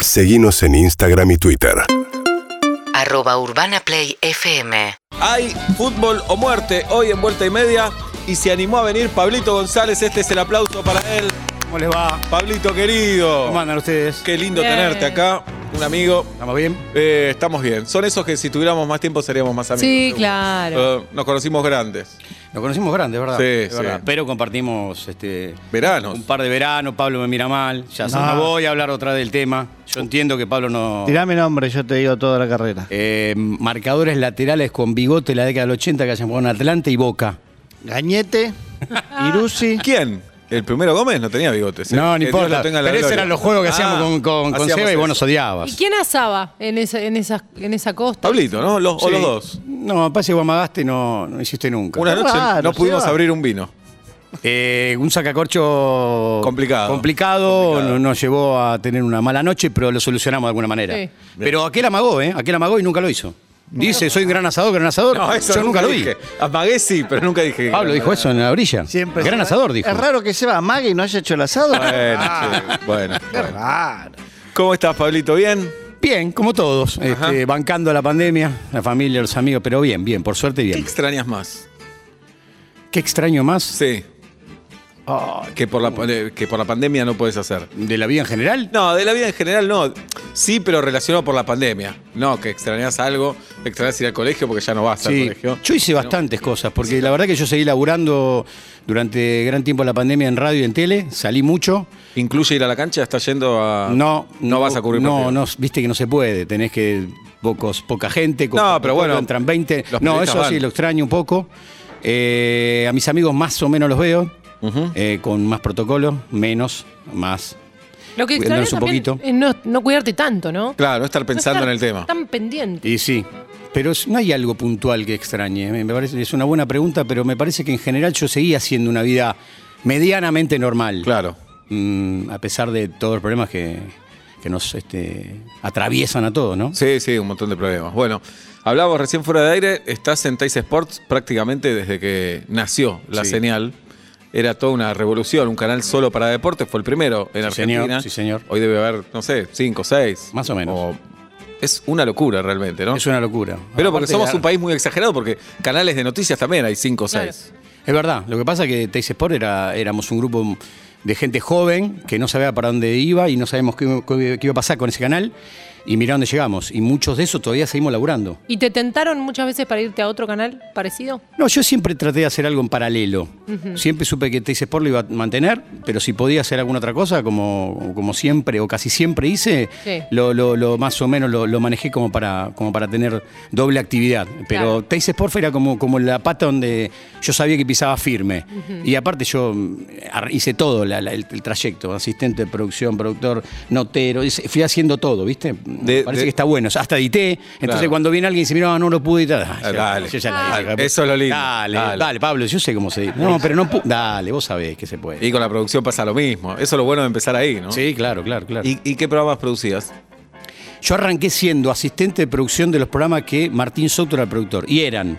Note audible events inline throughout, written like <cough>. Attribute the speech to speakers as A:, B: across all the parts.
A: Seguimos en Instagram y Twitter.
B: arroba urbanaplayfm
C: Hay fútbol o muerte hoy en vuelta y media. Y se animó a venir Pablito González. Este es el aplauso para él.
D: ¿Cómo les va?
C: Pablito
D: ¿Cómo
C: querido.
D: andan ustedes?
C: Qué lindo
E: Bien.
C: tenerte acá. Un amigo.
D: ¿Estamos bien?
C: Eh, estamos bien. Son esos que si tuviéramos más tiempo seríamos más amigos.
E: Sí,
C: seguro.
E: claro.
C: Eh, nos conocimos grandes.
D: Nos conocimos grandes, ¿verdad?
C: Sí,
D: Es
C: sí.
D: verdad. Pero compartimos este,
C: Veranos.
D: un par de veranos. Pablo me mira mal. Ya sé,
F: No.
D: no voy a hablar otra vez del tema.
C: Oh.
D: Yo entiendo que Pablo no.
F: Oh. Tirame nombre, yo te digo toda la carrera.
D: Eh, marcadores laterales con bigote de la década del 80 que hayan jugado en Atlante y Boca. <laughs>
F: Gañete, Irusi.
C: ¿Quién? El primero Gómez no tenía bigotes. eh.
D: No,
C: Que
D: no
C: Dios
D: importa.
C: lo tenga en
D: Pero
C: la
D: esos
C: gloria.
D: eran los juegos que hacíamos
C: Ah,
D: con, con, con
C: hacíamos
D: Seba y vos
C: eso.
D: nos odiabas.
E: ¿Y quién asaba en esa, en esa, en esa costa?
C: Pablito, ¿no? Los, O
D: Sí.
C: los dos.
D: No, pasa que vos amagaste y no, no hiciste nunca.
C: Una
F: Qué
C: noche
F: raro,
C: no pudimos
F: Seba.
C: abrir un vino.
D: Eh, un sacacorcho
C: Complicado.
D: complicado,
C: Complicado.
D: no- nos llevó a tener una mala noche, pero lo solucionamos de alguna manera.
E: Sí.
D: Pero aquel amagó, ¿eh? Aquel amagó y nunca lo hizo. Dice, soy un gran asador, gran asador. Yo nunca lo vi.
C: dije. Amagué sí, pero nunca dije. que
D: Pablo
C: era
D: dijo
C: amagué.
D: eso en la orilla.
F: Siempre
D: gran
F: se va.
D: asador, dijo.
F: Es raro que se va a Maga y no haya hecho el asado.
C: Bueno,
F: Ah,
C: che, bueno.
F: Qué raro.
C: ¿Cómo estás, Pablito? ¿Bien?
D: Bien, como todos, este, bancando la pandemia, la familia, los amigos, pero bien, bien, por suerte
C: ¿Qué
D: bien.
C: extrañas más?
D: ¿Qué extraño más
C: Sí. que, por la, eh, que por la pandemia no puedes hacer.
D: de la vida en general?
C: No, de la vida en general no. Sí, pero relacionado por la pandemia. No, que extrañas algo, extrañas ir al colegio porque ya no vas al
D: Sí,
C: colegio.
D: yo hice bastantes cosas, porque la verdad que yo seguí laburando durante gran tiempo la pandemia en radio y en tele, salí mucho.
C: ¿Incluye ir a la cancha? ¿Estás yendo a.?
D: No,
C: No vas a cubrir
D: No,
C: partido.
D: no, viste que no se puede, tenés que pocos, poca gente, con
C: No,
D: poco
C: pero bueno,
D: pueblo, entran 20.
C: los
D: No,
C: periodistas
D: eso sí
C: van.
D: lo extraño un poco. Eh, a mis amigos más o menos los veo, eh, con más protocolo, menos, más.
E: Lo que extraño
D: Cuidarnos un
E: también
D: poquito.
E: es no, no cuidarte tanto, ¿no?
C: Claro, no estar pensando
E: No
C: en el
E: estar
C: tema.
E: Tan pendiente.
D: Y sí. Pero es- no hay algo puntual que extrañe. eh, Me me parece, es una buena pregunta, pero me parece que en general yo seguía haciendo una vida medianamente normal.
C: Claro.
D: Mm, a pesar de todos los problemas que, que nos este, atraviesan a todos, ¿no?
C: Sí, sí, un montón de problemas. Bueno, hablábamos recién fuera de aire, estás en Tice Sports prácticamente desde que nació la
D: Sí.
C: señal. Era toda una revolución, un canal solo para deportes, fue el primero en
D: Sí, señor,
C: Argentina.
D: sí, señor.
C: Hoy debe haber, no sé, cinco, seis.
D: Más o menos.
C: es una locura realmente, ¿no?
D: Es una locura.
C: Pero porque
D: Aparte,
C: somos
D: la-
C: un país muy exagerado, porque canales de noticias también hay cinco o
E: Claro.
C: seis.
D: Es verdad, lo que pasa es que Teis Sport era, éramos un grupo de gente joven que no sabía para dónde iba y no sabíamos qué, qué- qué iba a pasar con ese canal y mirá dónde llegamos. Y muchos de esos todavía seguimos laburando.
E: ¿Y te tentaron muchas veces para irte a otro canal parecido?
D: No, yo siempre traté de hacer algo en paralelo. Siempre supe que Teis Sport lo iba a mantener, pero si podía hacer alguna otra cosa, como, como siempre o casi siempre hice,
E: Sí.
D: lo, lo- lo más o menos lo, lo manejé como para, como para tener doble actividad. Pero
E: Claro.
D: Teis Sport era como, como la pata donde yo sabía que pisaba firme. Y aparte yo mm, ar- hice todo la- la- el, el trayecto, asistente de producción, productor, notero, hice- fui haciendo todo, ¿viste?
C: De-
D: Parece
C: de-
D: que está bueno. O sea, Hasta edité. Entonces
C: Claro.
D: cuando viene alguien y dice, mira, no lo pude editar. Ah,
C: Ah,
D: ya-
C: dale.
D: yo ya la hice,
C: Ah,
D: hija de puta.
C: eso es lo lindo.
D: Dale,
C: Dale.
D: dale, Pablo, yo sé cómo se dice. No, pero no pu- Dale, vos sabés que se puede.
C: Y con la producción pasa lo mismo. Eso es lo bueno de empezar ahí, ¿no?
D: Sí, claro, claro, claro.
C: ¿Y, y qué programas producías?
D: Yo arranqué siendo asistente de producción de los programas que Martín Soto era el productor. Y eran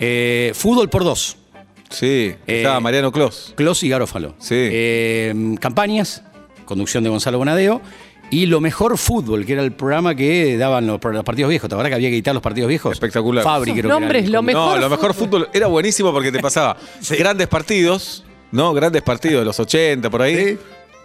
D: eh, Fútbol por dos,
C: Sí,
D: Eh,
C: estaba Mariano Clos.
D: Clos y Garófalo.
C: Sí.
D: Eh, campañas, conducción de Gonzalo Bonadeo. Y lo mejor fútbol, que era el programa que daban los, los partidos viejos. ¿Te acuerdas que había que editar los partidos viejos?
C: Espectacular.
D: Fabri,
E: Esos
D: creo que era
E: nombres,
D: el-
E: lo mejor
C: no, lo mejor fútbol era buenísimo porque te
D: <laughs>
C: pasaba grandes partidos, ¿no? Grandes partidos de los 80, por ahí.
D: Sí.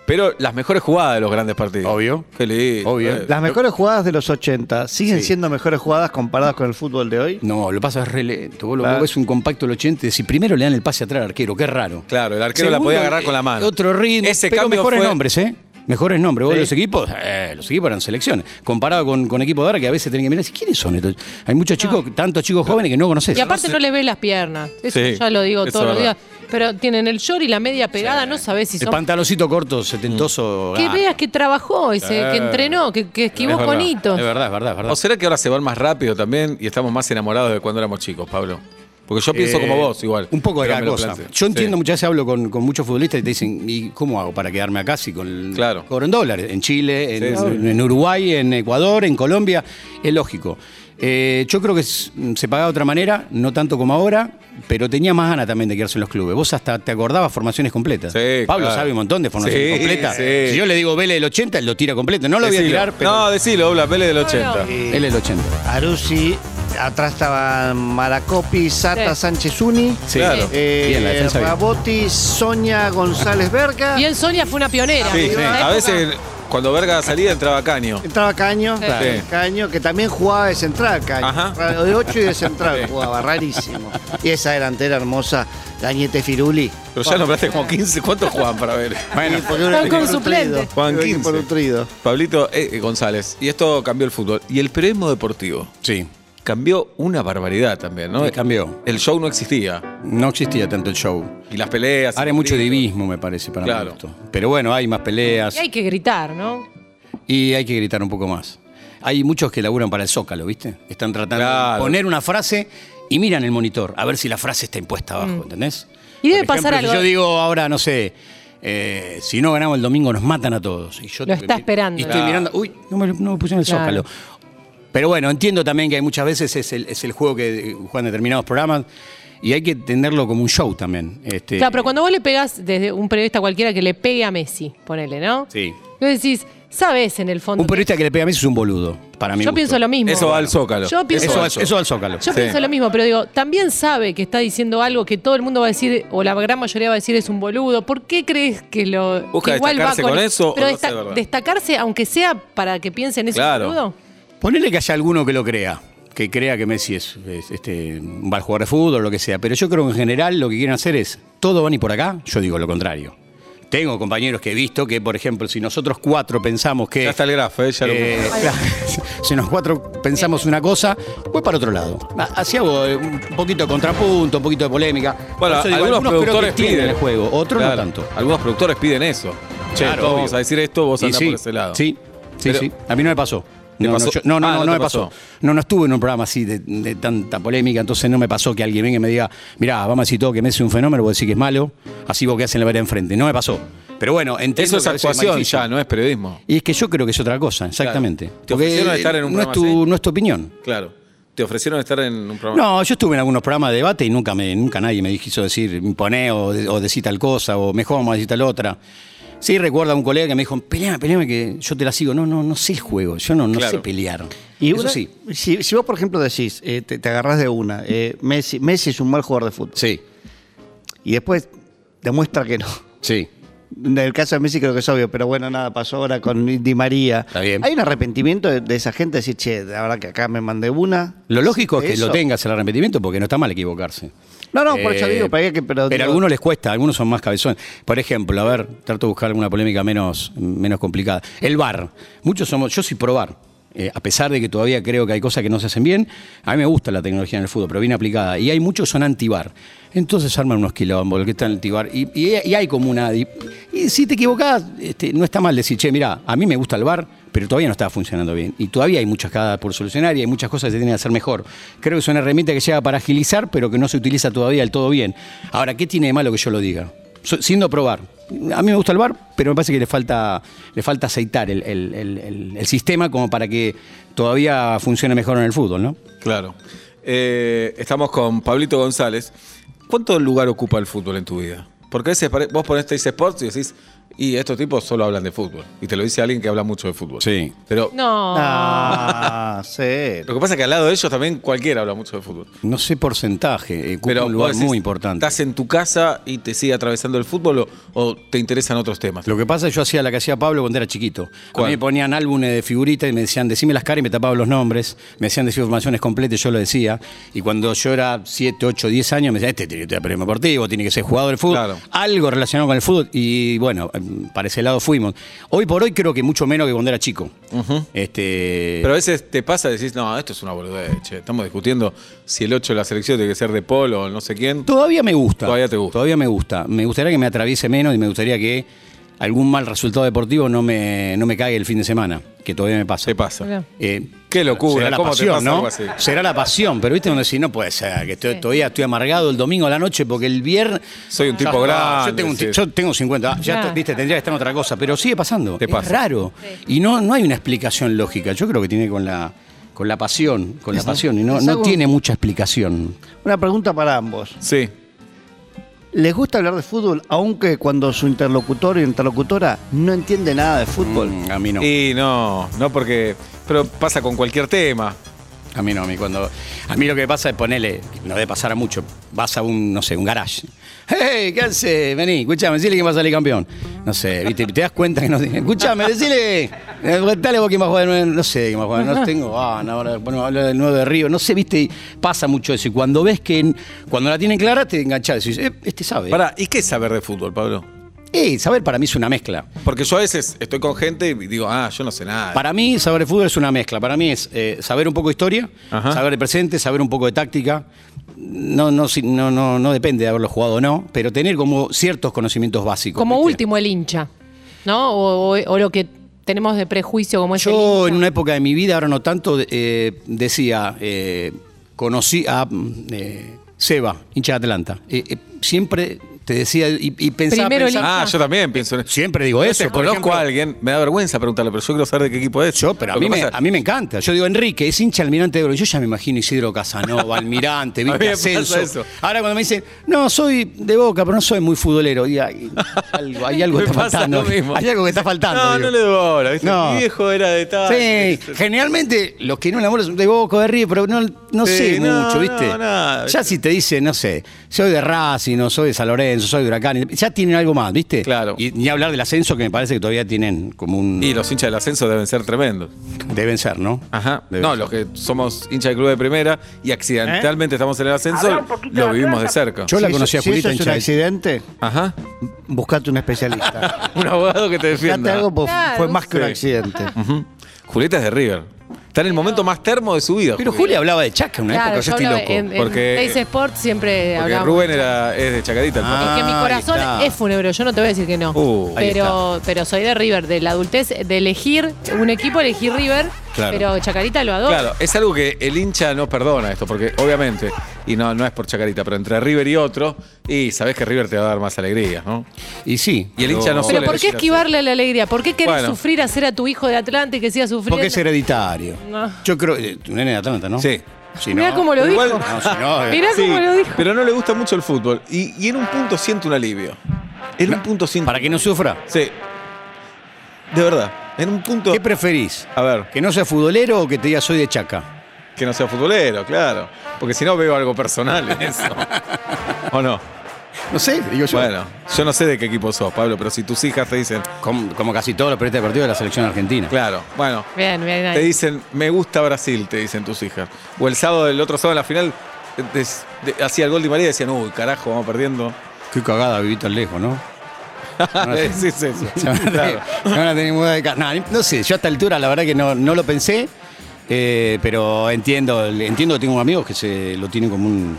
C: Pero las mejores jugadas de los grandes partidos.
D: Obvio.
C: Qué lindo.
D: Obvio.
C: Eh,
F: Las mejores jugadas de los 80 siguen
D: Sí.
F: siendo mejores jugadas comparadas con el fútbol de hoy.
D: No, lo pasa es re lento. Vos lo
F: Claro.
D: vos ves un compacto del 80 y decís, primero le dan el pase atrás al arquero, qué raro.
C: Claro, el arquero la
D: Segundo,
C: podía agarrar
D: eh,
C: con la mano.
D: Otro ritmo.
C: Ese
D: pero
C: cambio
D: mejores
C: fue-
D: nombres, ¿eh? Mejores nombres. Vos
F: Sí.
D: los equipos, eh, los equipos eran selecciones. Comparado con, con equipos de ahora que a veces tienen que mirar, y decir, ¿quiénes son estos? Hay muchos chicos, tantos chicos jóvenes que no conoces.
E: Y aparte no, les ves las piernas. Eso
C: Sí,
E: ya lo digo
C: eso
E: todos
C: es
E: los días.
C: verdad.
E: Pero tienen el short y la media pegada, no sabés si
D: el
E: son.
D: pantaloncito corto, setentoso.
E: Que
D: ah,
E: veas que trabajó, ese,
C: Eh.
E: que entrenó, que, que esquivó
C: Es verdad,
E: con hitos.
D: Es verdad, es verdad, es verdad.
C: ¿O será que ahora se van más rápido también y estamos más enamorados de cuando éramos chicos, Pablo? Porque yo pienso
D: Eh,
C: como vos, igual.
D: Un poco de
C: Pero
D: cada
C: me lo
D: cosa.
C: planteo.
D: Yo entiendo,
C: Sí.
D: muchas veces hablo con, con muchos futbolistas y te dicen, ¿y cómo hago para quedarme acá si con el-
C: Claro.
D: cobro en dólares? En Chile, en,
C: Sí, sí.
D: en Uruguay, en Ecuador, en Colombia. Es lógico. Eh, yo creo que s- se pagaba de otra manera, no tanto como ahora, pero tenía más ganas también de quedarse en los clubes. Vos hasta te acordabas formaciones completas.
C: Sí,
D: Pablo
C: claro.
D: sabe un montón de formaciones
C: Sí,
D: completas.
C: sí.
D: Si yo le digo Vélez del 80, él lo tira completo. No lo voy a
C: Decilo.
D: tirar, pero
C: No, decilo, la Pele del 80.
D: él es el 80.
F: Arusi, atrás estaban Maracopi, Sata
E: Sí.
F: Sánchez Uni,
D: Sí.
C: Claro.
F: eh,
D: Bien, la defensa bien.
F: Rabotti, Sonia González Verga,
E: Y en Sonia fue una pionera. ¿eh?
C: Sí,
D: eh,
E: En
C: sí.
E: una
C: A
E: época-
C: veces cuando Verga salía entraba Caño.
F: entraba Caño,
C: Sí.
F: Caño, que también jugaba de central, Caño,
C: Ajá.
F: Ra- de 8 y de central
C: Sí.
F: jugaba, rarísimo. Y esa delantera hermosa, Gañete Firuli.
C: Pero ya nombraste como 15. ¿Cuántos juegan para ver?
F: Sí, porque uno
E: Están con
F: elige por un
E: suplente.
F: trido,
C: Juegan
F: uno elige
C: 15.
F: por un trido.
C: Pablito eh, eh, González. Y esto cambió el fútbol. Y el periodismo deportivo
D: Sí.
C: cambió una barbaridad también, ¿no? eh.
D: Sí, cambió.
C: El show no existía.
D: No existía tanto el show.
C: Y las peleas.
D: Ahora hay mucho divismo, me parece, para
C: Claro.
D: mi gusto. Pero bueno, hay más peleas
E: Y hay que gritar, ¿no?
D: y hay que gritar un poco más. Hay muchos que laburan para el Zócalo, ¿viste? Están tratando
C: Claro.
D: de poner una frase y miran el monitor a ver si la frase está impuesta abajo, ¿entendés?
E: Mm. Y debe
D: Por ejemplo,
E: pasar
D: si
E: algo.
D: yo digo ahora, no sé, eh, si no ganamos el domingo nos matan a todos. Y yo
E: Lo está esperando.
D: Y estoy
E: Claro.
D: mirando, uy, no me, no me pusieron el
E: Claro.
D: Zócalo. Pero bueno, entiendo también que hay muchas veces es el, es el juego que eh, juegan determinados programas y hay que tenerlo como un show también. Este,
E: Claro, pero cuando vos le pegás desde un periodista cualquiera que le pegue a Messi, ponele, ¿no?
D: Sí.
E: Vos decís, sabes en el fondo.
D: Un periodista que le pega a Messi es un boludo, para mí.
E: yo pienso lo mismo.
C: Eso va al Zócalo.
E: Yo pienso-
D: Eso,
C: al
D: va- eso va al Zócalo.
E: Yo
C: Sí.
E: pienso lo mismo, pero digo, también sabe que está diciendo algo que todo el mundo va a decir, o la gran mayoría va a decir es un boludo. ¿Por qué crees que lo.
C: ¿Busca
E: que
C: destacarse con eso o
E: Pero
C: no sé,
E: desta-
C: verdad?
E: destacarse, aunque sea para que piensen es
C: Claro.
E: un boludo.
D: Ponele que haya alguno que lo crea, que crea que Messi es, es, este, un mal jugador de fútbol, lo que sea. Pero yo creo que en general lo que quieren hacer es, todo van y por acá, yo digo lo contrario. Tengo compañeros que he visto que, por ejemplo, si nosotros cuatro pensamos que...
C: Ya está el grafo, eh, ya lo-
D: eh, <laughs> si nos cuatro pensamos una cosa, pues para otro lado. Así hago eh, un poquito de contrapunto, un poquito de polémica. Por
C: Bueno,
D: eso digo,
C: algunos,
D: creo que
C: productores
D: tienen
C: piden
D: el juego, otros
C: Claro,
D: no tanto.
C: Algunos productores piden eso. Che,
D: Claro,
C: todos
D: obvio.
C: vamos a decir esto, vos
D: Y
C: andás
D: sí,
C: por ese lado.
D: Sí, sí,
C: Pero-
D: sí. A mí no me pasó.
C: ¿Te
D: No, no,
C: pasó?
D: yo- no, no,
C: Ah,
D: no,
C: no
D: no
C: te
D: me pasó.
C: pasó.
D: No, no estuve en un programa así de, de tanta polémica, entonces no me pasó que alguien venga y me diga, mirá, vamos a decir todo que Messi es un fenómeno, vos decís que es malo, así vos quedás en la vereda enfrente. No me pasó. Pero bueno, entiendo
C: Eso es
D: que a veces más
C: actuación
D: difícil.
C: ya, no es periodismo.
D: Y es que yo creo que es otra cosa, exactamente.
C: Te ofrecieron estar en un
D: no, es
C: programa
D: tu,
C: así.
D: no es tu opinión.
C: Claro. Te ofrecieron estar en un programa.
D: No, yo estuve en algunos programas de debate y nunca me, nunca nadie me quiso decir, imponé o, de- o decí tal cosa, o mejor vamos a decir tal otra. Sí, recuerdo a un colega que me dijo, peleame, peleame, que yo te la sigo. No, no, no sé el juego, yo no, no
C: Claro.
D: sé pelear.
F: Y
D: Eso
F: una-
D: sí.
F: Si, si vos, por ejemplo, decís, eh, te, te agarrás de una, eh, Messi, Messi es un mal jugador de fútbol,
D: Sí,
F: y después demuestra que no.
D: sí.
F: En el caso de Messi creo que es obvio, pero bueno, nada, pasó ahora con Di María.
D: Está bien.
F: Hay un arrepentimiento de, de esa gente de decir, che, la verdad que acá me mandé una.
D: Lo lógico es que
F: Eso.
D: lo tengas el arrepentimiento porque no está mal equivocarse.
F: No, no, por eso
D: Eh,
F: digo, para que, pero,
D: a
F: digo,
D: algunos les cuesta, algunos son más cabezones. Por ejemplo, a ver, trato de buscar alguna polémica menos, menos complicada. El bar. Muchos somos, yo soy pro bar. Eh, a pesar de que todavía creo que hay cosas que no se hacen bien, a mí me gusta la tecnología en el fútbol, pero bien aplicada. Y hay muchos son anti-bar. Entonces arman unos quilombos, el que está en anti-bar. Y, y- y hay como una. Y, y si te equivocás, este, no está mal decir, che, mira, a mí me gusta el bar, pero todavía no está funcionando bien. Y todavía hay muchas cagadas por solucionar y hay muchas cosas que se tienen que hacer mejor. Creo que es una herramienta que llega para agilizar, pero que no se utiliza todavía del todo bien. Ahora, ¿qué tiene de malo que yo lo diga? So- siendo probar. A mí me gusta el bar, pero me parece que le falta, le falta aceitar el, el- el- el- el sistema como para que todavía funcione mejor en el fútbol, ¿no?
C: Claro. Eh, estamos con Pablito González. ¿Cuánto lugar ocupa el fútbol en tu vida? Porque a veces pare- vos ponés Teis Sports y decís, y estos tipos solo hablan de fútbol. Y te lo dice alguien que habla mucho de fútbol.
D: Sí.
C: Pero
E: No.
F: <laughs> Ah, sí.
C: lo que pasa es que al lado de ellos también cualquiera habla mucho de fútbol.
D: No sé porcentaje, eh, ocupa
C: Pero
D: un lugar
C: vos decís,
D: muy importante.
C: ¿Estás en tu casa y te sigue atravesando el fútbol o, o te interesan otros temas?
D: Lo que pasa es que yo hacía la que hacía Pablo cuando era chiquito. A
C: ¿Cuál?
D: mí me ponían álbumes de figuritas y me decían, decime las caras y me tapaban los nombres. Me decían decir formaciones completas y yo lo decía. Y cuando yo era 7, 8, 10 años, me decían, este tiene que tener premio deportivo, tiene que ser jugador de fútbol.
C: Claro.
D: Algo relacionado con el fútbol. Y bueno, em, para ese lado fuimos. Hoy por hoy creo que mucho menos que cuando era chico. Este.
C: Pero a veces te pasa y decís, no, esto es una boludez, che. Estamos discutiendo si el 8 de la selección tiene que ser de polo o no sé quién.
D: Todavía me gusta.
C: Todavía te gusta.
D: Todavía me gusta. Me gustaría que me atraviese menos y me gustaría que algún mal resultado deportivo no me, no me cague el fin de semana. Que que todavía me pasa.
C: Se pasa.
E: Mirá.
D: Eh,
C: Qué locura,
D: será la
C: ¿cómo te
D: pasión,
C: pasa
D: ¿no?
C: algo así?
D: Será la pasión, pero viste, uno dice, no puede ser, que estoy-
E: Sí.
D: todavía estoy amargado el domingo a la noche porque el viernes...
C: Soy un
D: Ya
C: tipo
D: está,
C: grande,
D: Yo tengo, un ti-
C: sí.
D: yo tengo 50, ah, ya
E: Claro.
D: t- viste, tendría que estar en otra cosa, pero sigue pasando.
C: Te
D: es
C: pasa.
D: raro. Y no, no hay una explicación lógica. Yo creo que tiene con la, con la pasión, con la pasión, y no,
F: es
D: no
F: algo-
D: tiene mucha explicación.
F: Una pregunta para ambos.
C: Sí.
F: ¿Les gusta hablar de fútbol aunque cuando su interlocutor o interlocutora no entiende nada de fútbol?
D: Mm, a mí no.
C: Y no, no porque. Pero pasa con cualquier tema.
D: A mí no, a mí cuando. A mí lo que pasa es ponerle, no debe pasar a mucho, vas a un, no sé, un garage. ¡Hey! ¿Qué haces? Vení, escuchame, decile quién va a salir campeón. No sé, viste, te das cuenta que no tiene. Escuchame, decile, eh, contale vos quién va a jugar, de nueve. no sé quién va a jugar, no tengo, ah, no, ahora bueno, habla del nuevo de Río, no sé, viste, y pasa mucho eso. Y cuando ves que en- cuando la tienen clara, te enganchás, decís, eh, este sabe.
C: Pará, ¿y qué es saber de fútbol, Pablo?
D: Eh, saber para mí es una mezcla.
C: Porque yo a veces estoy con gente y digo, ah, yo no sé nada.
D: Para mí, saber de fútbol es una mezcla. Para mí es eh, saber un poco de historia,
C: Ajá.
D: saber de presente, saber un poco de táctica. No, no, si- no, no, no depende de haberlo jugado o no, pero tener como ciertos conocimientos básicos.
E: Como
D: ¿viste?
E: último el hincha, ¿no? O, o- o lo que tenemos de prejuicio como es el
D: Yo
E: hincha.
D: en una época de mi vida, ahora no tanto, de- eh, decía, eh, conocí a mm, eh, Seba, hincha de Atlanta. Eh, eh, siempre te decía y, y pensaba...
E: Primero el
D: pensaba-
C: Ah, yo también pienso en eso.
D: Siempre digo eso. por
C: conozco
D: ejemplo.
C: a alguien, me da vergüenza preguntarle, pero yo quiero saber de qué equipo es.
D: Yo, pero a
C: Lo que
D: mí, me,
C: pasa-
D: a mí me encanta. Yo digo, Enrique, es hincha almirante de Oro. Yo ya me imagino
C: <laughs>
D: Isidro Casanova, almirante,
C: A mí
D: viste
C: me pasa
D: ascenso.
C: eso.
D: Ahora cuando me dicen, no, soy de boca, pero no soy muy futbolero. Y hay, algo, hay algo
C: <laughs>
D: que
C: Me
D: está
C: pasa
D: faltando.
C: lo mismo.
D: Hay algo que está faltando.
C: No,
D: digo.
C: no le doy bola. ¿viste?
D: No.
C: Mi viejo era de tal.
D: Sí, generalmente los que no enamoran son de Boca o de Río, pero no, no
C: Sí,
D: sé
C: no,
D: mucho, ¿viste?
C: no, nada,
D: ya
C: ¿viste?
D: si te dicen, no sé, soy de Racing, no soy de San Lorenzo, soy de Huracán, ya tienen algo más, ¿viste?
C: Claro.
D: Y ni hablar del ascenso, que me parece que todavía tienen como un.
C: Y los hinchas del ascenso deben ser tremendos.
D: Deben ser, ¿no?
C: Ajá.
D: Deben
C: no,
D: ser. ¿Eh?
C: los que somos hinchas del club de primera y accidentalmente estamos en el ascenso, lo vivimos de cerca.
D: Yo la
F: Si
D: conocí a
F: eso- si
D: Julita
F: eso es un
D: hincha de-
F: accidente,
C: Ajá. <laughs>
F: buscate un especialista.
C: Un abogado que te
F: Buscate
C: defienda.
F: algo, porque
E: Claro,
F: fue más que un
C: sí.
F: accidente.
C: Ujú. Julieta es de River. Está en el momento más termo de su vida.
D: Pero
C: Julieta.
D: Julia hablaba de Chaca en una
E: Claro,
D: época,
E: yo
D: yo estoy
E: hablaba
D: loco.
E: En, en
C: porque-
E: Space Sport siempre
C: Porque
E: hablamos.
C: Rubén era, es de Chacarita. el
D: Ah.
E: Es que mi
D: ahí
E: corazón
D: está.
E: es fúnebre, yo no te voy a decir que no.
C: Uh,
D: ahí
E: pero, pero soy de River, de la adultez, de elegir un equipo, elegir River,
D: Claro.
E: pero Chacarita lo adoro.
C: Claro, es algo que el hincha no perdona esto, porque obviamente, y no, no es por chacarita, pero entre River y otro, y sabés que River te va a dar más alegrías, ¿no?
D: Y sí.
C: Y el hincha no
E: Pero
C: suele
E: ¿por qué
C: decir así.
E: esquivarle la alegría? ¿Por qué querer
C: Bueno.
E: sufrir hacer a tu hijo de Atlante y que siga sufriendo?
D: Porque es hereditario.
E: No.
D: Yo creo. eh, Tu nene de Atlanta, ¿no?
C: Sí.
D: Si
E: Mirá
D: no-
E: cómo lo dijo.
C: Igual-
D: No, si no, eh,
E: Mirá cómo lo dijo.
C: Pero no le gusta mucho el fútbol, y, y en un punto siento un alivio. En un punto siento.
D: Para que no sufra.
C: Sí. De verdad, en un punto.
D: ¿Qué preferís?
C: A ver,
D: ¿Que no sea futbolero o que te diga soy de Chaca?
C: que no sea futbolero, claro. Porque si no veo algo personal en
D: <laughs>
C: eso. ¿O no?
D: No sé, digo yo.
C: Bueno, yo no sé de qué equipo sos, Pablo, pero si tus hijas te dicen,
D: Como, como casi todos los periodistas deportivos de la selección argentina.
C: claro, bueno,
E: Bien, bien, ahí.
C: Te dicen, me gusta Brasil, te dicen tus hijas. O el sábado, el otro sábado en la final, eh, des- de- hacía el gol de María y decían, uy, carajo, vamos perdiendo.
D: Qué cagada vivir tan lejos, <laughs> ¿no?
C: <laughs> Decís eso.
D: <laughs> Se van a tener-
C: Claro.
D: se van a tener muda de ca- no, no sé, yo a esta altura la verdad que no, no lo pensé, eh, pero entiendo, entiendo que tengo amigos que se lo tienen como un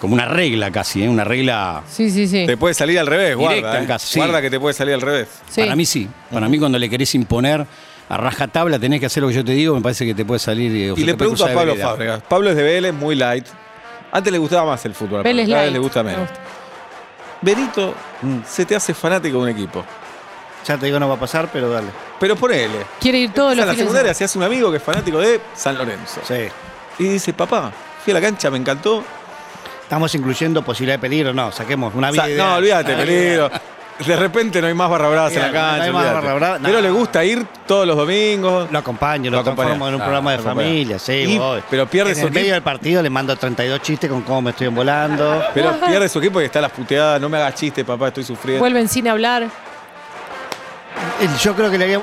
D: como una regla casi, ¿eh? una regla.
E: Sí, sí, sí.
C: Te puede salir al revés,
D: Directa
C: guarda.
D: en
C: eh.
D: casa, sí.
C: Guarda que te puede salir al revés.
E: Sí.
D: Para mí sí. Para mí cuando le querés imponer a rajatabla tenés que hacer lo que yo te digo, me parece que te puede salir. eh, o
C: Y
D: se te
C: le
D: puede
C: pregunto a
D: cruzar de
C: Pablo
D: vereda.
C: Fábregas. Pablo es de Vélez, muy light. Antes le gustaba más el fútbol. a Pablo,
E: Vélez
C: cada vez
E: light.
C: le gusta
E: Me
C: menos.
E: gusta.
C: Benito se te hace fanático de un equipo.
F: Ya te digo, no va a pasar, pero dale.
C: Pero ponele.
E: Quiere ir todos
C: En
E: los
C: la
E: fines de
C: secundaria se hace un amigo que es fanático de San Lorenzo.
F: Sí.
C: Y dice, papá, fui a la cancha, me encantó,
F: Estamos incluyendo posibilidad de peligro, no, saquemos una
C: O sea,
F: vida.
C: no,
F: ideal. Ah,
C: olvídate,
F: Una vida
C: peligro. De repente no hay más barra bravas en la
F: Mira, no
C: cancha.
F: hay más
C: olvídate.
F: barra brava, nada.
C: Pero le gusta ir todos los domingos.
F: Lo acompaño,
C: Lo
F: lo,
C: acompaña.
F: transformo en un
C: Ah,
F: programa de
C: lo acompaña.
F: familia, sí,
C: Y-
F: voy.
C: pero pierde
F: En
C: su
F: el medio
C: equipo.
F: del partido le mando 32 chistes con cómo me estoy envolando.
C: Pero pierde su equipo y está las puteadas. No me hagas chiste, papá, estoy sufriendo.
E: Vuelven sin hablar.
F: Eh, Yo creo que le había...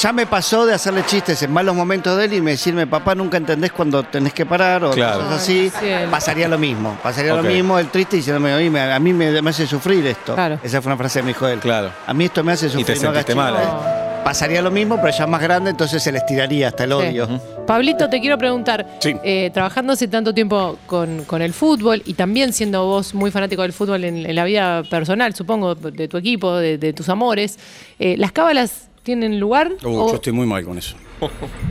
F: Ya me pasó de hacerle chistes en malos momentos de él y me decirme, papá, nunca entendés cuando tenés que parar o
C: Claro.
F: cosas así.
E: Ay, cielo.
F: Pasaría lo mismo. Pasaría
C: Ok.
F: lo mismo el triste diciéndome, oye, me- a mí me, me hace sufrir esto.
E: Claro.
F: Esa fue una frase de mi hijo de él.
C: Claro.
F: A mí esto me hace sufrir.
C: te
F: no hagas
C: sentiste mal,
F: chistes".
E: ¿eh?
F: Pasaría lo mismo, pero ya más grande, entonces se les tiraría hasta el
E: Sí.
F: odio.
E: Pablito, te quiero preguntar,
D: Sí.
E: eh, trabajando hace tanto tiempo con, con el fútbol y también siendo vos muy fanático del fútbol en, en la vida personal, supongo, de tu equipo, de, de tus amores, eh, ¿las cábalas tienen tienen lugar?
D: Uh,
E: o-
D: Yo estoy muy mal con
C: <laughs>
D: eso.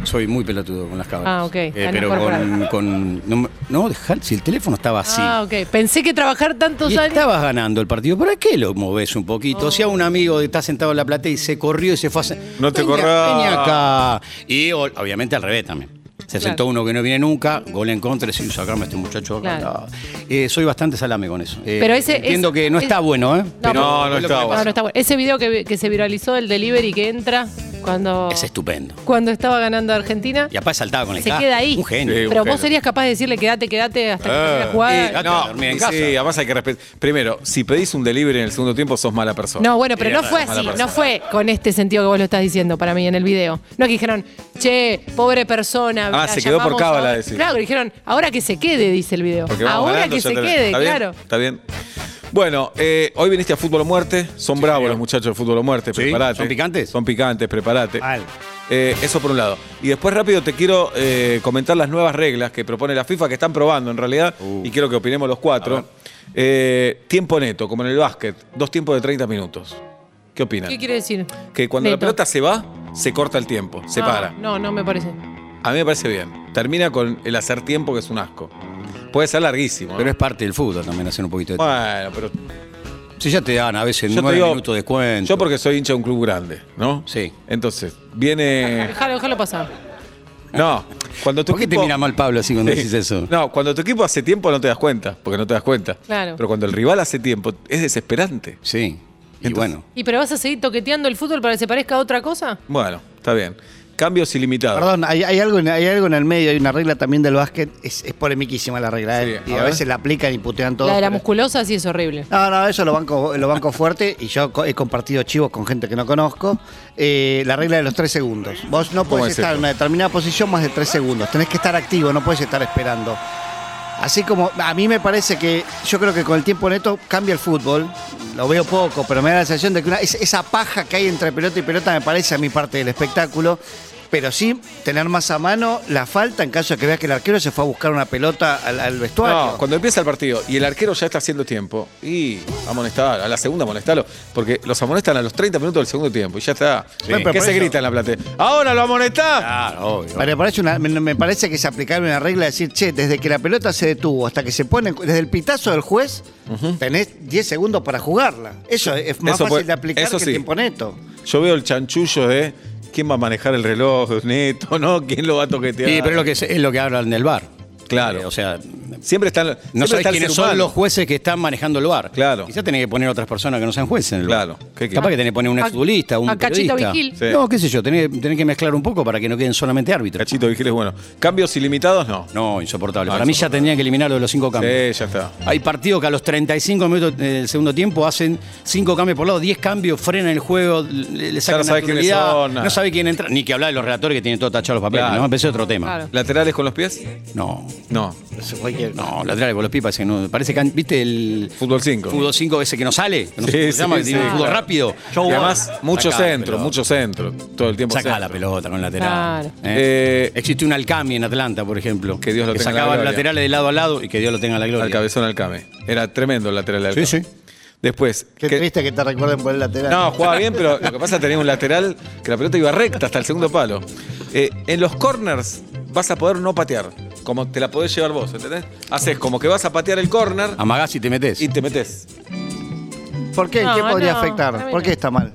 D: Soy muy pelotudo con las cámaras.
E: Ah, ok.
D: Eh,
E: Ah, no
D: pero con.
E: corporal.
D: con- no, me- no, dejá- si el teléfono estaba así.
E: Ah, ok. Pensé que trabajar tantos
D: Y
E: años.
D: estabas ganando el partido, ¿para qué lo moves un poquito? O sea,
E: Oh.
D: un amigo está sentado en la plata y se corrió y se fue a... hacer-
C: No te
D: Venía-
C: corras.
D: venía acá. Y o- obviamente al revés también. Se
E: Claro.
D: sentó uno que no viene nunca, gol en contra y se sacame a este muchacho.
E: Claro.
D: Eh, soy bastante salame con eso. Eh,
E: Pero ese-
D: entiendo
E: ese-
D: que no
E: ese-
D: está bueno, ¿eh?
E: No,
C: No, no
D: es lo que
C: está bueno.
D: me
E: No,
D: pasa.
E: no está bueno. Ese video que, que se viralizó, el delivery que entra cuando,
D: Es estupendo.
E: cuando estaba ganando Argentina.
D: Y aparte saltaba con el
E: Se
D: ca-
E: queda ahí.
D: Un genio.
C: Sí, un
E: Pero vos
C: genio.
E: serías capaz de decirle, quédate, quédate hasta que termine la jugada.
D: y- ah,
C: Eh, No,
D: dormí en
C: y
D: casa.
C: sí, además hay que respetar. Primero, si pedís un delivery en el segundo tiempo, sos mala persona.
E: No, bueno, pero
C: Bien,
E: no fue
C: sos mala
E: así, no
C: persona.
E: fue con este sentido que vos lo estás diciendo para mí en el video. No es que dijeron, che, pobre persona.
C: Ah,
E: la
C: se quedó por
E: llamamos
C: cábala,
E: ahora".
C: decís.
E: Claro, dijeron, ahora que se quede, dice el video.
C: Porque vamos
E: Ahora
C: ganando,
E: que
C: ya
E: se
C: te-
E: quede,
C: ¿está bien?
E: claro.
C: Está bien. Bueno, eh, hoy viniste a Fútbol o Muerte. Son bravos los muchachos de Fútbol o Muerte,
D: Sí,
C: preparate.
D: ¿son picantes? Ah,
C: Son picantes, prepárate.
F: Mal.
C: Eh, eso por un lado. Y después rápido te quiero eh, comentar las nuevas reglas que propone la FIFA, que están probando en realidad,
D: Uh.
C: y quiero que opinemos los cuatro. Eh, tiempo neto, como en el básquet, dos tiempos de 30 minutos. ¿Qué opinan?
E: ¿Qué quiere decir?
C: Que cuando la
E: Neto.
C: pelota se va, se corta el tiempo, se
E: Ah,
C: para.
E: No, no me parece.
C: A mí me parece bien. Termina con el hacer tiempo, que es un asco. Puede ser larguísimo. ¿eh?
D: Pero es parte del fútbol también hacer un poquito de...
C: bueno, pero
D: Si ya te dan a veces nueve
C: digo,
D: minutos de cuento.
C: Yo porque soy hincha de un club grande, ¿no?
D: Sí.
C: Entonces, viene.
E: Déjalo, déjalo pasar.
C: No, cuando tu
D: ¿Por qué te
C: equipo-
D: mira mal Pablo así cuando
C: Sí.
D: decís eso?
C: No, cuando tu equipo hace tiempo no te das cuenta, porque no te das cuenta.
E: Claro.
C: Pero cuando el rival hace tiempo, es desesperante.
D: Sí. Y
C: Entonces-
D: bueno.
E: ¿Y pero vas a seguir toqueteando el fútbol para que se parezca a otra cosa?
C: Bueno, está bien. Cambios ilimitados.
F: Perdón, hay, hay algo, en- hay algo en el medio, hay una regla también del básquet, es, es polemiquísima la regla,
C: Sí,
F: eh,
C: a
F: y a
C: ver.
F: veces la aplican y putean todo.
E: la de la musculosa sí es horrible.
F: No, no, eso lo banco, lo banco fuerte y yo co- he compartido chivos con gente que no conozco. Eh, la regla de los tres segundos. Vos no podés
C: es
F: estar
C: esto?
F: en una determinada posición más de tres segundos. Tenés que estar activo, no podés estar esperando. Así como a mí me parece que yo creo que con el tiempo neto cambia el fútbol. Lo veo poco, pero me da la sensación de que una- es- esa paja que hay entre pelota y pelota me parece a mi parte del espectáculo. Pero sí, tener más a mano la falta en caso de que veas que el arquero se fue a buscar una pelota al, al vestuario.
C: No, cuando empieza el partido y el arquero ya está haciendo tiempo, y amonestar, a la segunda amonestalo, porque los amonestan a los 30 minutos del segundo tiempo y ya está.
F: Bueno, pero
C: ¿Qué
F: por
C: se
F: eso-
C: grita en la platea? ¡Ahora lo amonestás!
D: Claro, obvio.
F: Me parece, una- me- me parece que es aplicable una regla de decir, che, desde que la pelota se detuvo hasta que se pone, desde el pitazo del juez, tenés 10 segundos para jugarla. Eso es es más
C: Eso
F: fácil
C: puede-
F: de aplicar
C: eso
F: que
C: sí.
F: el tiempo neto.
C: Yo veo el chanchullo de quién va a manejar el reloj, <laughs> neto, ¿no? ¿Quién lo va a toquetear?
D: Sí, pero es lo que, es, es lo que hablan del bar.
C: Claro.
D: Eh, o sea,
C: Siempre están.
D: no
C: siempre
D: sabes
C: está el
D: quiénes
C: ser
D: son
C: humano.
D: los jueces que están manejando el bar.
C: Claro.
D: Quizás tenés que poner otras personas que no sean jueces en el bar.
C: Claro. ¿Qué- qué?
D: Capaz que tenés que poner un
E: A-
D: futbolista, un
E: a Cachito
D: periodista.
E: Vigil.
C: Sí.
D: No, qué sé yo, tenés, tenés que mezclar un poco para que no queden solamente árbitros.
C: Cachito Vigil es bueno. ¿Cambios ilimitados? No.
D: No, insoportable.
C: No,
D: para mí ya
C: insoportable.
D: tendrían que eliminar lo de los cinco cambios.
C: Sí, ya está.
D: Hay partidos que a los 35 minutos del segundo tiempo hacen 5 cambios por lado, 10 cambios, frenan el juego, le, le sacan
C: no sabes quiénes
D: naturalidad,
C: son, nada.
D: no sabe quién entra, ni que hablar de los relatores que tienen todo tachado los papeles,
C: Claro.
D: ¿no? Empecé otro tema.
E: Claro.
C: ¿Laterales con los pies?
D: No,
C: No.
F: Eso fue que-
D: no, lateral con los pipas, que no, parece que, han- ¿viste el
C: Fútbol 5.
D: fútbol 5 ese que no sale? Que no
C: Sí,
D: sé cómo
C: sí,
D: se llama, que
C: sí,
D: tiene el fútbol
C: claro.
D: rápido.
C: Y además, mucho
D: Sacá la
C: centro,
D: pelota.
C: mucho centro. Todo el tiempo
D: Sacá
C: centro.
D: la pelota con lateral.
E: Claro.
C: Eh,
D: ¿eh? Existe un Alcami en Atlanta, por ejemplo.
C: Que Dios lo tenga en la
D: sacaba los
C: gloria.
D: laterales de lado a lado y que Dios lo tenga en la
C: Al
D: gloria.
C: cabezón al Came. Era tremendo el lateral al
D: Sí,
C: Came.
D: sí.
C: Después.
F: Qué
C: que-
F: triste que te recuerden por el lateral.
C: No, jugaba bien, pero lo que pasa es que tenía un lateral que la pelota iba recta hasta el segundo palo. Eh, en los corners vas a poder no patear, como te la podés llevar vos, ¿entendés? Haces como que vas a patear el corner
D: Amagás y te metes.
C: y te metes.
F: ¿Por qué?
E: No,
F: ¿Qué
E: no,
F: podría
E: para
F: afectar?
E: mí
F: ¿Por qué
E: no.
F: está mal?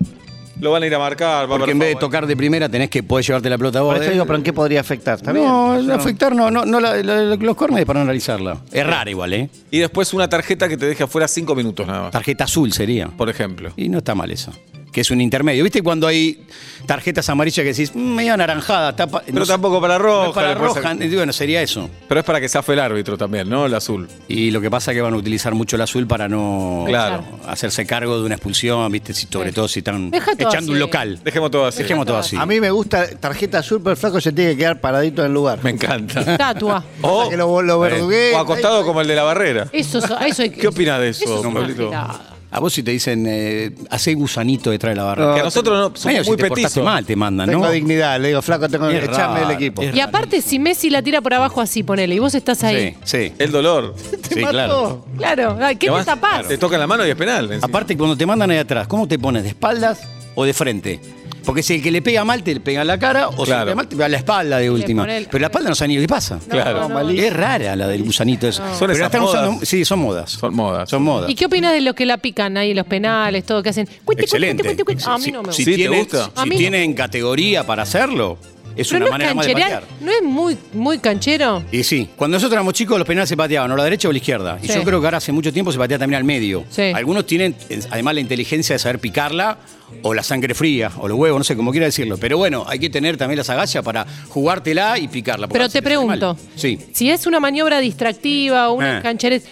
C: Lo van a ir a marcar, va a
D: Porque
C: haber
D: en vez de
C: foul.
D: tocar de primera tenés que poder llevarte la pelota vos.
F: Por eso
D: Eh,
F: digo, ¿pero en qué podría afectar? ¿Está bien?
D: no,
F: Yo
D: el afectar no, no, no la- la- los córneres para no analizarla. Es raro igual, ¿eh?
C: Y después una tarjeta que te deje afuera cinco minutos nada más,
D: Tarjeta azul sería.
C: por ejemplo.
D: Y no está mal eso. Que es un intermedio. ¿Viste cuando hay tarjetas amarillas que decís, "Mm, medio anaranjada? está pa-".
C: Pero
D: No sé,
C: tampoco para
D: no
C: roja.
D: es para
C: le puedes
D: roja.
C: sacar-
D: eh, Bueno, sería eso.
C: Pero es para que zafe el árbitro también, ¿no? El azul.
D: Y lo que pasa es que van a utilizar mucho el azul para no
C: Claro.
D: hacerse cargo de una expulsión, ¿viste? Si, sobre todo si están
E: Deja todo
D: echando
E: así.
D: un local.
C: Dejemos todo así.
D: Dejemos todo así.
F: A mí me gusta tarjeta azul, pero el flaco se tiene que quedar paradito en el lugar.
C: <laughs> Me
E: <laughs>
C: encanta.
E: Estatua.
C: O,
F: que lo- lo verdugué.
C: o acostado como el de la barrera.
E: Eso, es- eso hay que-
C: ¿Qué opinás de eso,
E: eso es una
C: Pablito?
E: agitada.
D: A vos si te dicen, eh, hacé gusanito detrás de la barra.
C: Que a nosotros no,
D: Medio
C: somos
D: si
C: muy
D: te portaste
C: petizos.
D: mal te mandan,
F: Tengo
D: ¿no?
F: dignidad, le digo, flaco, tengo que
D: Es
F: echarme del
D: raro,
F: equipo.
D: es
E: Y aparte, si Messi la tira por abajo así, ponele, y vos estás ahí.
D: Sí, sí.
C: El dolor.
D: Sí, claro.
E: Claro, ay, ¿qué
C: Y
E: te
C: además,
E: tapás?
C: Te tocan la mano y es penal. encima.
D: Aparte, cuando te mandan ahí atrás, ¿cómo te pones? ¿De espaldas o de frente? Porque si el que le pega mal te le pega en la cara, o si
C: Claro.
D: le pega mal te pega en la espalda de última.
E: pone el-
D: Pero la espalda no sabe ni qué pasa.
C: Claro.
E: no.
D: Es rara la del gusanito. ese.
C: Son
D: Pero
C: esas
D: la están
C: modas.
D: usando- Sí, son modas.
C: Son modas.
D: Son modas.
E: ¿Y qué opinas de los que la pican ahí, los penales, todo que hacen? Cuente, cuente,
D: Excelente.
E: cuente, cuente. A mí
D: Si-
E: no me
D: si
C: Sí,
E: gusta.
C: ¿te
D: tienen-
C: gusta?
E: A
D: Si
E: mí no.
D: tienen categoría para hacerlo, es una
E: no
D: manera más de
E: cancherear,
D: patear.
E: ¿No es muy, muy canchero?
D: Y sí, cuando nosotros éramos chicos los penales se pateaban, o la derecha o la izquierda. Y
E: Sí.
D: yo creo que ahora hace mucho tiempo se patea también al medio.
E: Sí.
D: Algunos tienen eh, además la inteligencia de saber picarla, o la sangre fría, o los huevos, no sé cómo quiera decirlo. Pero bueno, hay que tener también las agallas para jugártela y picarla. porque
E: Pero
D: ahora
E: te
D: sí sale mal.
E: pregunto,
D: Sí.
E: si es una maniobra distractiva o una
D: Eh.
E: cancherez,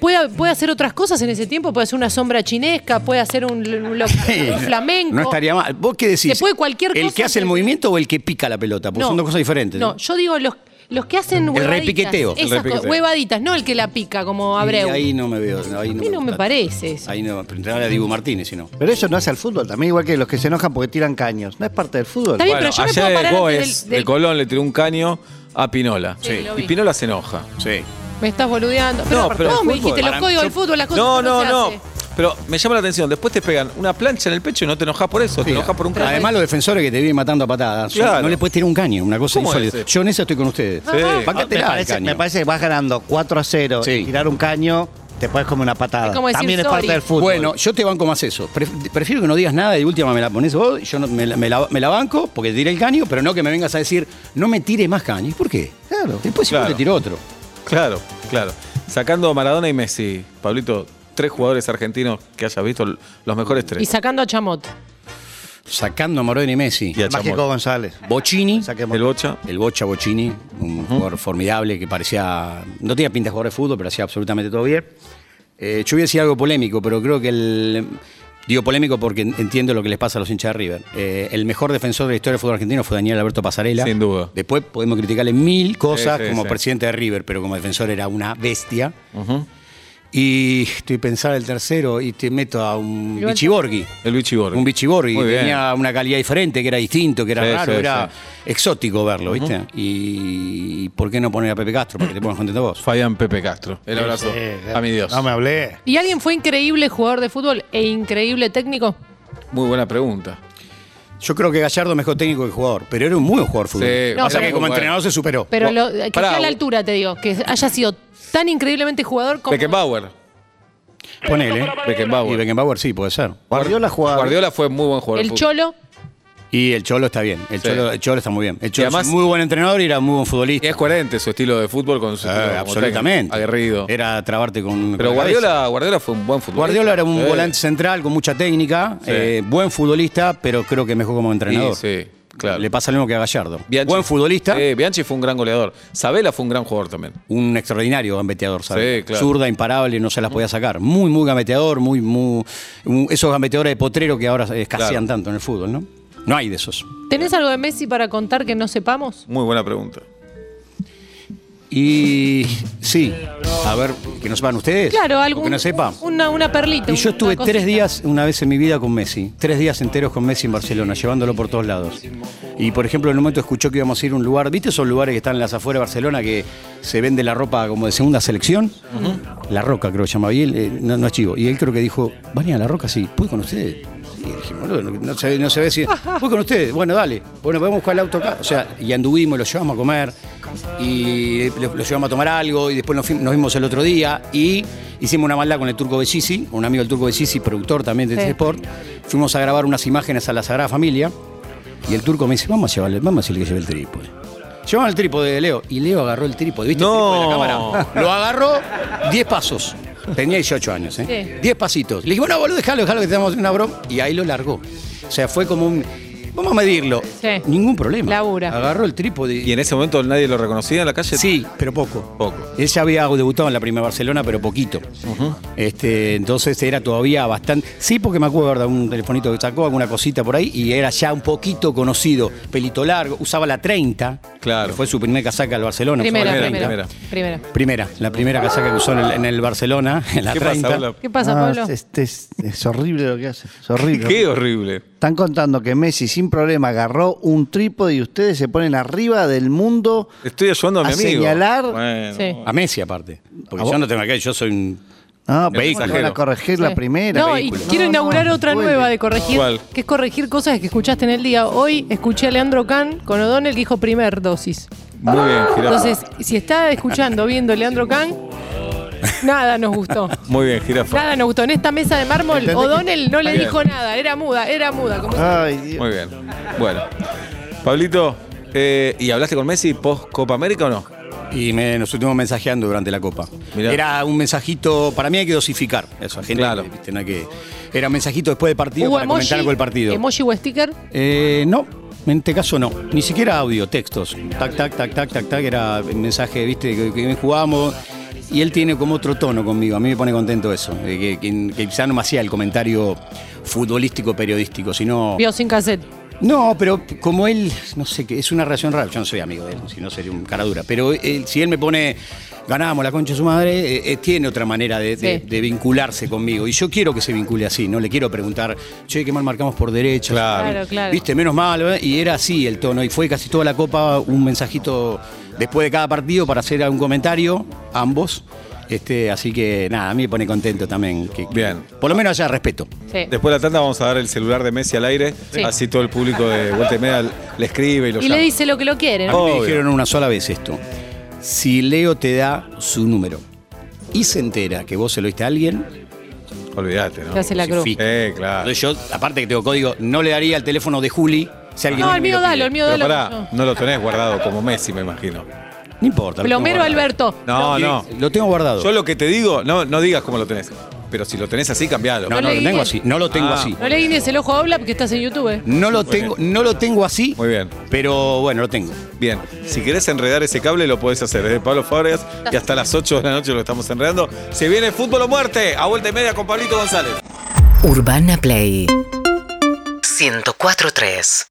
E: ¿puede, ¿puede hacer otras cosas en ese tiempo? ¿Puede hacer una sombra chinesca? ¿Puede hacer un,
D: <laughs>
E: un lo- un flamenco?
D: No estaría mal. ¿Vos qué decís?
E: Se puede cualquier
D: ¿El
E: cosa
D: que hace el
E: que-
D: movimiento o el que pica la pelota? Porque
E: No.
D: son dos cosas diferentes.
E: No, yo digo los, los que hacen
D: El
E: huevaditas.
D: repiqueteo. El
E: Esas cosas,
C: repiqueteo.
E: huevaditas, no el que la pica como
D: Y
E: Abreu.
D: Ahí no me veo. Ahí no
E: A mí no me
D: gusta.
E: parece eso.
D: Ahí no, pero entrar a Dibu Martínez, si no.
F: Pero eso no hace al fútbol también, igual que los que se enojan porque tiran caños. No es parte del fútbol.
E: Está bien, pero yo me puedo parar antes
C: Goes,
E: del- del-
C: de Colón, le tiró un caño a Pinola.
E: Sí, lo vi.
C: Y Pinola se enoja.
D: Sí.
E: Me estás boludeando. Pero,
C: No, pero
E: vos
C: el
E: me
C: fútbol-
E: dijiste los
D: para-
E: códigos
D: yo-
E: del fútbol, las cosas
C: No,
E: que no,
C: no,
E: se
C: no.
E: hacen.
C: Pero me llama la atención. Después te pegan una plancha en el pecho y no te enojas por eso. Te enojas por un caño.
D: Además, los defensores que te viven matando a patadas. yo-
C: Claro.
D: No le puedes tirar un caño, una cosa
C: ¿Cómo
D: insólita.
C: es?
D: Yo en esa estoy con ustedes.
C: Sí.
F: Ah, me,
D: Bancatela el
F: parece,
D: caño.
F: me parece que vas ganando 4 a 0.
D: Sí.
F: Tirar un caño, te puedes comer una patada.
E: Es como decir
F: también es
E: sorry.
F: parte del fútbol.
D: Bueno, yo te banco más eso. Pref- Prefiero que no digas nada y de última me la pones vos, yo no- me, la, me la- me la banco porque te tiré el caño, pero no que me vengas a decir, no me tires más caños. ¿Por qué?
F: Claro.
D: Después si vos
C: Claro.
D: te tiro otro.
C: Claro, claro. Sacando a Maradona y Messi, Pablito, tres jugadores argentinos que hayas visto, l- los mejores
E: Y
C: tres.
E: sacando a Chamot.
D: Sacando a Moroni y Messi.
C: Y a
F: El Mágico
C: Chamorro.
F: González.
D: Bochini.
F: Saquemos.
C: El Bocha.
D: El Bocha Bocini, un jugador formidable que parecía. No tenía pinta de jugador de fútbol, pero hacía absolutamente todo bien. Eh, yo voy a decir algo polémico, pero creo que el. Digo polémico porque en- entiendo lo que les pasa a los hinchas de River. Eh, el mejor defensor de la historia del fútbol argentino fue Daniel Alberto Pasarela.
C: Sin duda.
D: Después podemos criticarle mil cosas
C: Sí, Mm. sí,
D: como
C: sí.
D: presidente de River, pero como defensor era una bestia. Y estoy pensando el tercero y te meto a un
E: Igual-
D: Bichiborghi.
C: El Vichy Borghi.
D: Un Bichiborghi
C: Muy
D: que
C: bien.
D: tenía una calidad diferente, que era distinto, que era
C: Sí,
D: raro,
C: sí,
D: era exótico verlo, ¿viste? y, ¿por qué no poner a Pepe Castro para que te pongas contento vos?
C: Fabián Pepe Castro. El abrazo.
F: Sí,
C: A mi Dios.
F: No me hablé.
E: ¿Y alguien fue increíble jugador de fútbol e increíble técnico?
C: Muy buena pregunta.
D: Yo creo que Gallardo es mejor técnico que jugador, pero era un muy buen jugador de fútbol.
C: Sí,
E: No,
D: Pasa
E: pero-
D: que como
C: bueno.
D: entrenador se superó.
E: Pero lo,
C: Bueno,
E: que
C: pará,
E: esté a
C: vos-
E: la altura, te digo, que haya sido tan increíblemente jugador como...
C: Beckenbauer.
D: Ponele.
C: Beckenbauer.
D: Y Beckenbauer sí, puede ser.
F: Guardiola jugaba.
C: Guardiola fue muy buen jugador. de
E: El
C: fútbol.
E: Cholo,
D: Y el Cholo está bien. El,
C: Sí.
D: Cholo, el Cholo está muy bien. El Cholo
C: además-
D: es un muy buen entrenador y era muy buen futbolista.
C: Y es coherente su estilo de fútbol con su
D: Eh,
C: estilo como técnico,
D: absolutamente.
C: aguerrido.
D: Era trabarte con.
C: Pero
D: con la cabeza.
C: Guardiola, Guardiola fue un buen futbolista.
D: Guardiola era un
C: Sí.
D: volante central con mucha técnica,
C: Sí.
D: eh, buen futbolista, pero creo que mejor como entrenador.
C: Sí, sí, claro.
D: Le pasa lo mismo que a Gallardo.
C: Bianchi-
D: Buen futbolista,
C: Sí, Bianchi fue un gran goleador. Sabela fue un gran jugador también.
D: un extraordinario gambeteador, ¿sabes?
C: Sí, claro. Mm.
D: Zurda, imparable, no se las podía sacar. Muy, muy gambeteador, muy, muy. un- esos gambeteadores de potrero que ahora
C: Claro.
D: escasean tanto en el fútbol, ¿no? No hay de esos.
E: ¿tenés algo de Messi para contar que no sepamos?
C: Muy buena pregunta.
D: Y sí, a ver, que no sepan ustedes.
E: Claro,
D: o
E: algo.
D: Que no sepa.
E: Una, una perlita.
D: Y yo
E: una
D: estuve
E: cosita.
D: tres días, una vez en mi vida, con Messi. Tres días enteros con Messi en Barcelona, llevándolo por todos lados. Y, por ejemplo, en un momento escuchó que íbamos a ir a un lugar, ¿viste esos lugares que están en las afueras de Barcelona que se vende la ropa como de segunda selección? La Roca, creo que se llamaba. Y él, eh, no, no es chivo. Y él creo que dijo, ¿van a ir a La Roca? Sí, ¿puedo ir con ustedes? Y dije, boludo, no, no se, ve- no se ve si... ¿Voy con ustedes? Bueno, dale. Bueno, podemos buscar el auto acá. O sea, y anduvimos, lo llevamos a comer, y lo, lo llevamos a tomar algo, y después nos, fui- nos vimos el otro día, y hicimos una maldad con el Turco Bellisi, un amigo del Turco Bellisi, productor también de
E: Sí.
D: T-Sport. Fuimos a grabar unas imágenes a la Sagrada Familia, y el turco me dice, vamos a llevarle, vamos a decirle que lleve el trípode. Llevamos el trípode de Leo. Y Leo agarró el trípode, ¿viste?
C: No.
D: El trípode de la cámara. Lo agarró 10 pasos. Tenía 18 años, ¿eh?
E: Sí.
D: 10 pasitos. Le dije, bueno, boludo, déjalo, déjalo que tenemos una broma. Y ahí lo largó. O sea, fue como un. Vamos a medirlo.
E: Sí.
D: Ningún problema.
E: Labura.
D: Agarró el trípode.
C: Y en ese momento nadie lo reconocía en la calle.
D: Sí, pero poco.
C: Poco.
D: Él ya había debutado en la primera Barcelona, pero poquito. este, entonces era todavía bastante. Sí, porque me acuerdo un telefonito que sacó, alguna cosita por ahí, y era ya un poquito conocido. Pelito largo, usaba la 30.
C: Claro.
D: que fue su primera casaca al Barcelona. usaba la
E: Primera, primera,
C: Primera,
D: 30.
E: primera.
D: Primera, la primera casaca que usó en el, en el Barcelona, <laughs> en la
C: ¿Qué pasa,
D: 30.
C: Pablo?
E: ¿Qué pasa,
F: No,
E: Pablo?
F: es, este es- es horrible lo que hace. Es horrible.
C: Qué horrible.
F: Están contando que Messi sin problema agarró un trípode y ustedes se ponen arriba del mundo.
C: Este Estoy ayudando a mi
F: A
C: amigo.
F: señalar-
C: Bueno.
E: Sí.
D: A Messi aparte. Porque
F: ¿A
D: yo
F: vos?
D: no tengo que yo soy un
F: Ah,
C: mensajero.
F: vehículo. Van a corregir la
E: Sí.
F: primera.
E: No,
F: vehículo.
E: y quiero
F: No,
E: inaugurar
F: no,
E: otra
F: duele.
E: nueva de corregir,
C: ¿Cuál?
E: que es corregir cosas que escuchaste en el día. Hoy escuché a Leandro Can con O'Donnell que dijo primer dosis.
C: Muy bien, jirafa.
E: Entonces, si está escuchando, viendo Leandro Can, nada nos gustó.
C: Muy bien, jirafa.
E: Nada nos gustó. En esta mesa de mármol,
F: Entendé que-
E: O'Donnell no le
C: Bien.
E: dijo nada. Era muda, era muda.
D: Ah,
E: como-
F: Ay, Dios.
C: Muy bien. Bueno. Pablito, eh, ¿y hablaste con Messi post Copa América o no?
D: Y me- nos estuvimos mensajeando durante la copa.
C: Mirá.
D: Era un mensajito, para mí hay que dosificar. Eso, gente,
C: Claro.
D: viste, no hay que- era un mensajito después del partido
E: ¿Hubo
D: para comentar algo del partido.
E: emoji o sticker.
D: Eh, no, en este caso no. Ni siquiera audio, textos. Tac, tac, tac, tac, tac, tac. Era el mensaje, viste, que, que jugamos. Y él tiene como otro tono conmigo. A mí me pone contento eso. eh, que, que- que quizá no me hacía el comentario futbolístico, periodístico, sino.
E: Vio sin cassette.
D: No, pero como él, no sé, qué, es una relación rara. Yo no soy amigo de él, si no sería un cara dura. Pero él- si él me pone, ganamos la concha de su madre, eh, eh, tiene otra manera de, de-
E: Sí.
D: de vincularse conmigo. Y yo quiero que se vincule así, no le quiero preguntar, che, qué mal marcamos por derecha.
C: Claro.
E: Claro, claro.
D: Ah, Viste, menos mal, ¿eh? y era así el tono. Y fue casi toda la copa un mensajito después de cada partido para hacer algún comentario, ambos. Este, así que nada, a mí me pone contento también. que- que-
C: Bien.
D: Por lo menos haya respeto.
E: Sí.
C: Después de la tanda vamos a dar el celular de Messi al aire,
E: Sí.
C: así todo el público de Vuelta y Media le escribe y lo
E: Y
C: llama.
E: le dice lo que lo quiere,
D: A
E: ¿no?
D: mí me
C: Obvio.
D: dijeron una sola vez esto. Si Leo te da su número y se entera que vos se lo diste a
C: Ah.
D: alguien,
C: Olvídate, ¿no?
E: Le hace la cruz.
D: Sí,
C: Eh, claro.
D: entonces yo, aparte que tengo código, no le daría el teléfono de Juli si alguien
E: No,
D: me
E: el
D: lo
E: mío
D: pide.
E: dalo, el mío
C: Pero
E: dalo.
C: pará,
E: que yo.
C: no lo tenés guardado como Messi, me imagino.
D: No importa. lo tengo
E: Plomero
D: guardado.
E: Alberto.
C: No, no.
D: Lo tengo guardado.
C: Yo lo que te digo, no, no digas cómo lo tenés. Pero si lo tenés así, cambialo.
D: no,
E: no
D: no, lo
E: leí.
D: tengo así. No lo tengo
C: Ah.
D: así.
E: No le guines el ojo a Oblap que estás en YouTube. ¿eh?
D: No lo tengo, no lo tengo así.
C: Muy bien.
D: Pero bueno, lo tengo.
C: Bien, si querés enredar ese cable, lo podés hacer. Desde Pablo Fábregas y hasta las 8 de la noche lo estamos enredando. Se viene Fútbol o Muerte, a vuelta y media con Pablito González.
B: Urbana Play 104.3